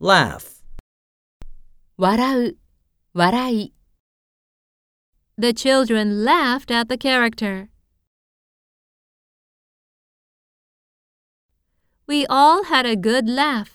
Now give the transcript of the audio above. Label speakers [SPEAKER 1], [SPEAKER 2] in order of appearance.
[SPEAKER 1] laugh,
[SPEAKER 2] 笑う、笑い。
[SPEAKER 3] The children laughed at the character. We all had a good laugh.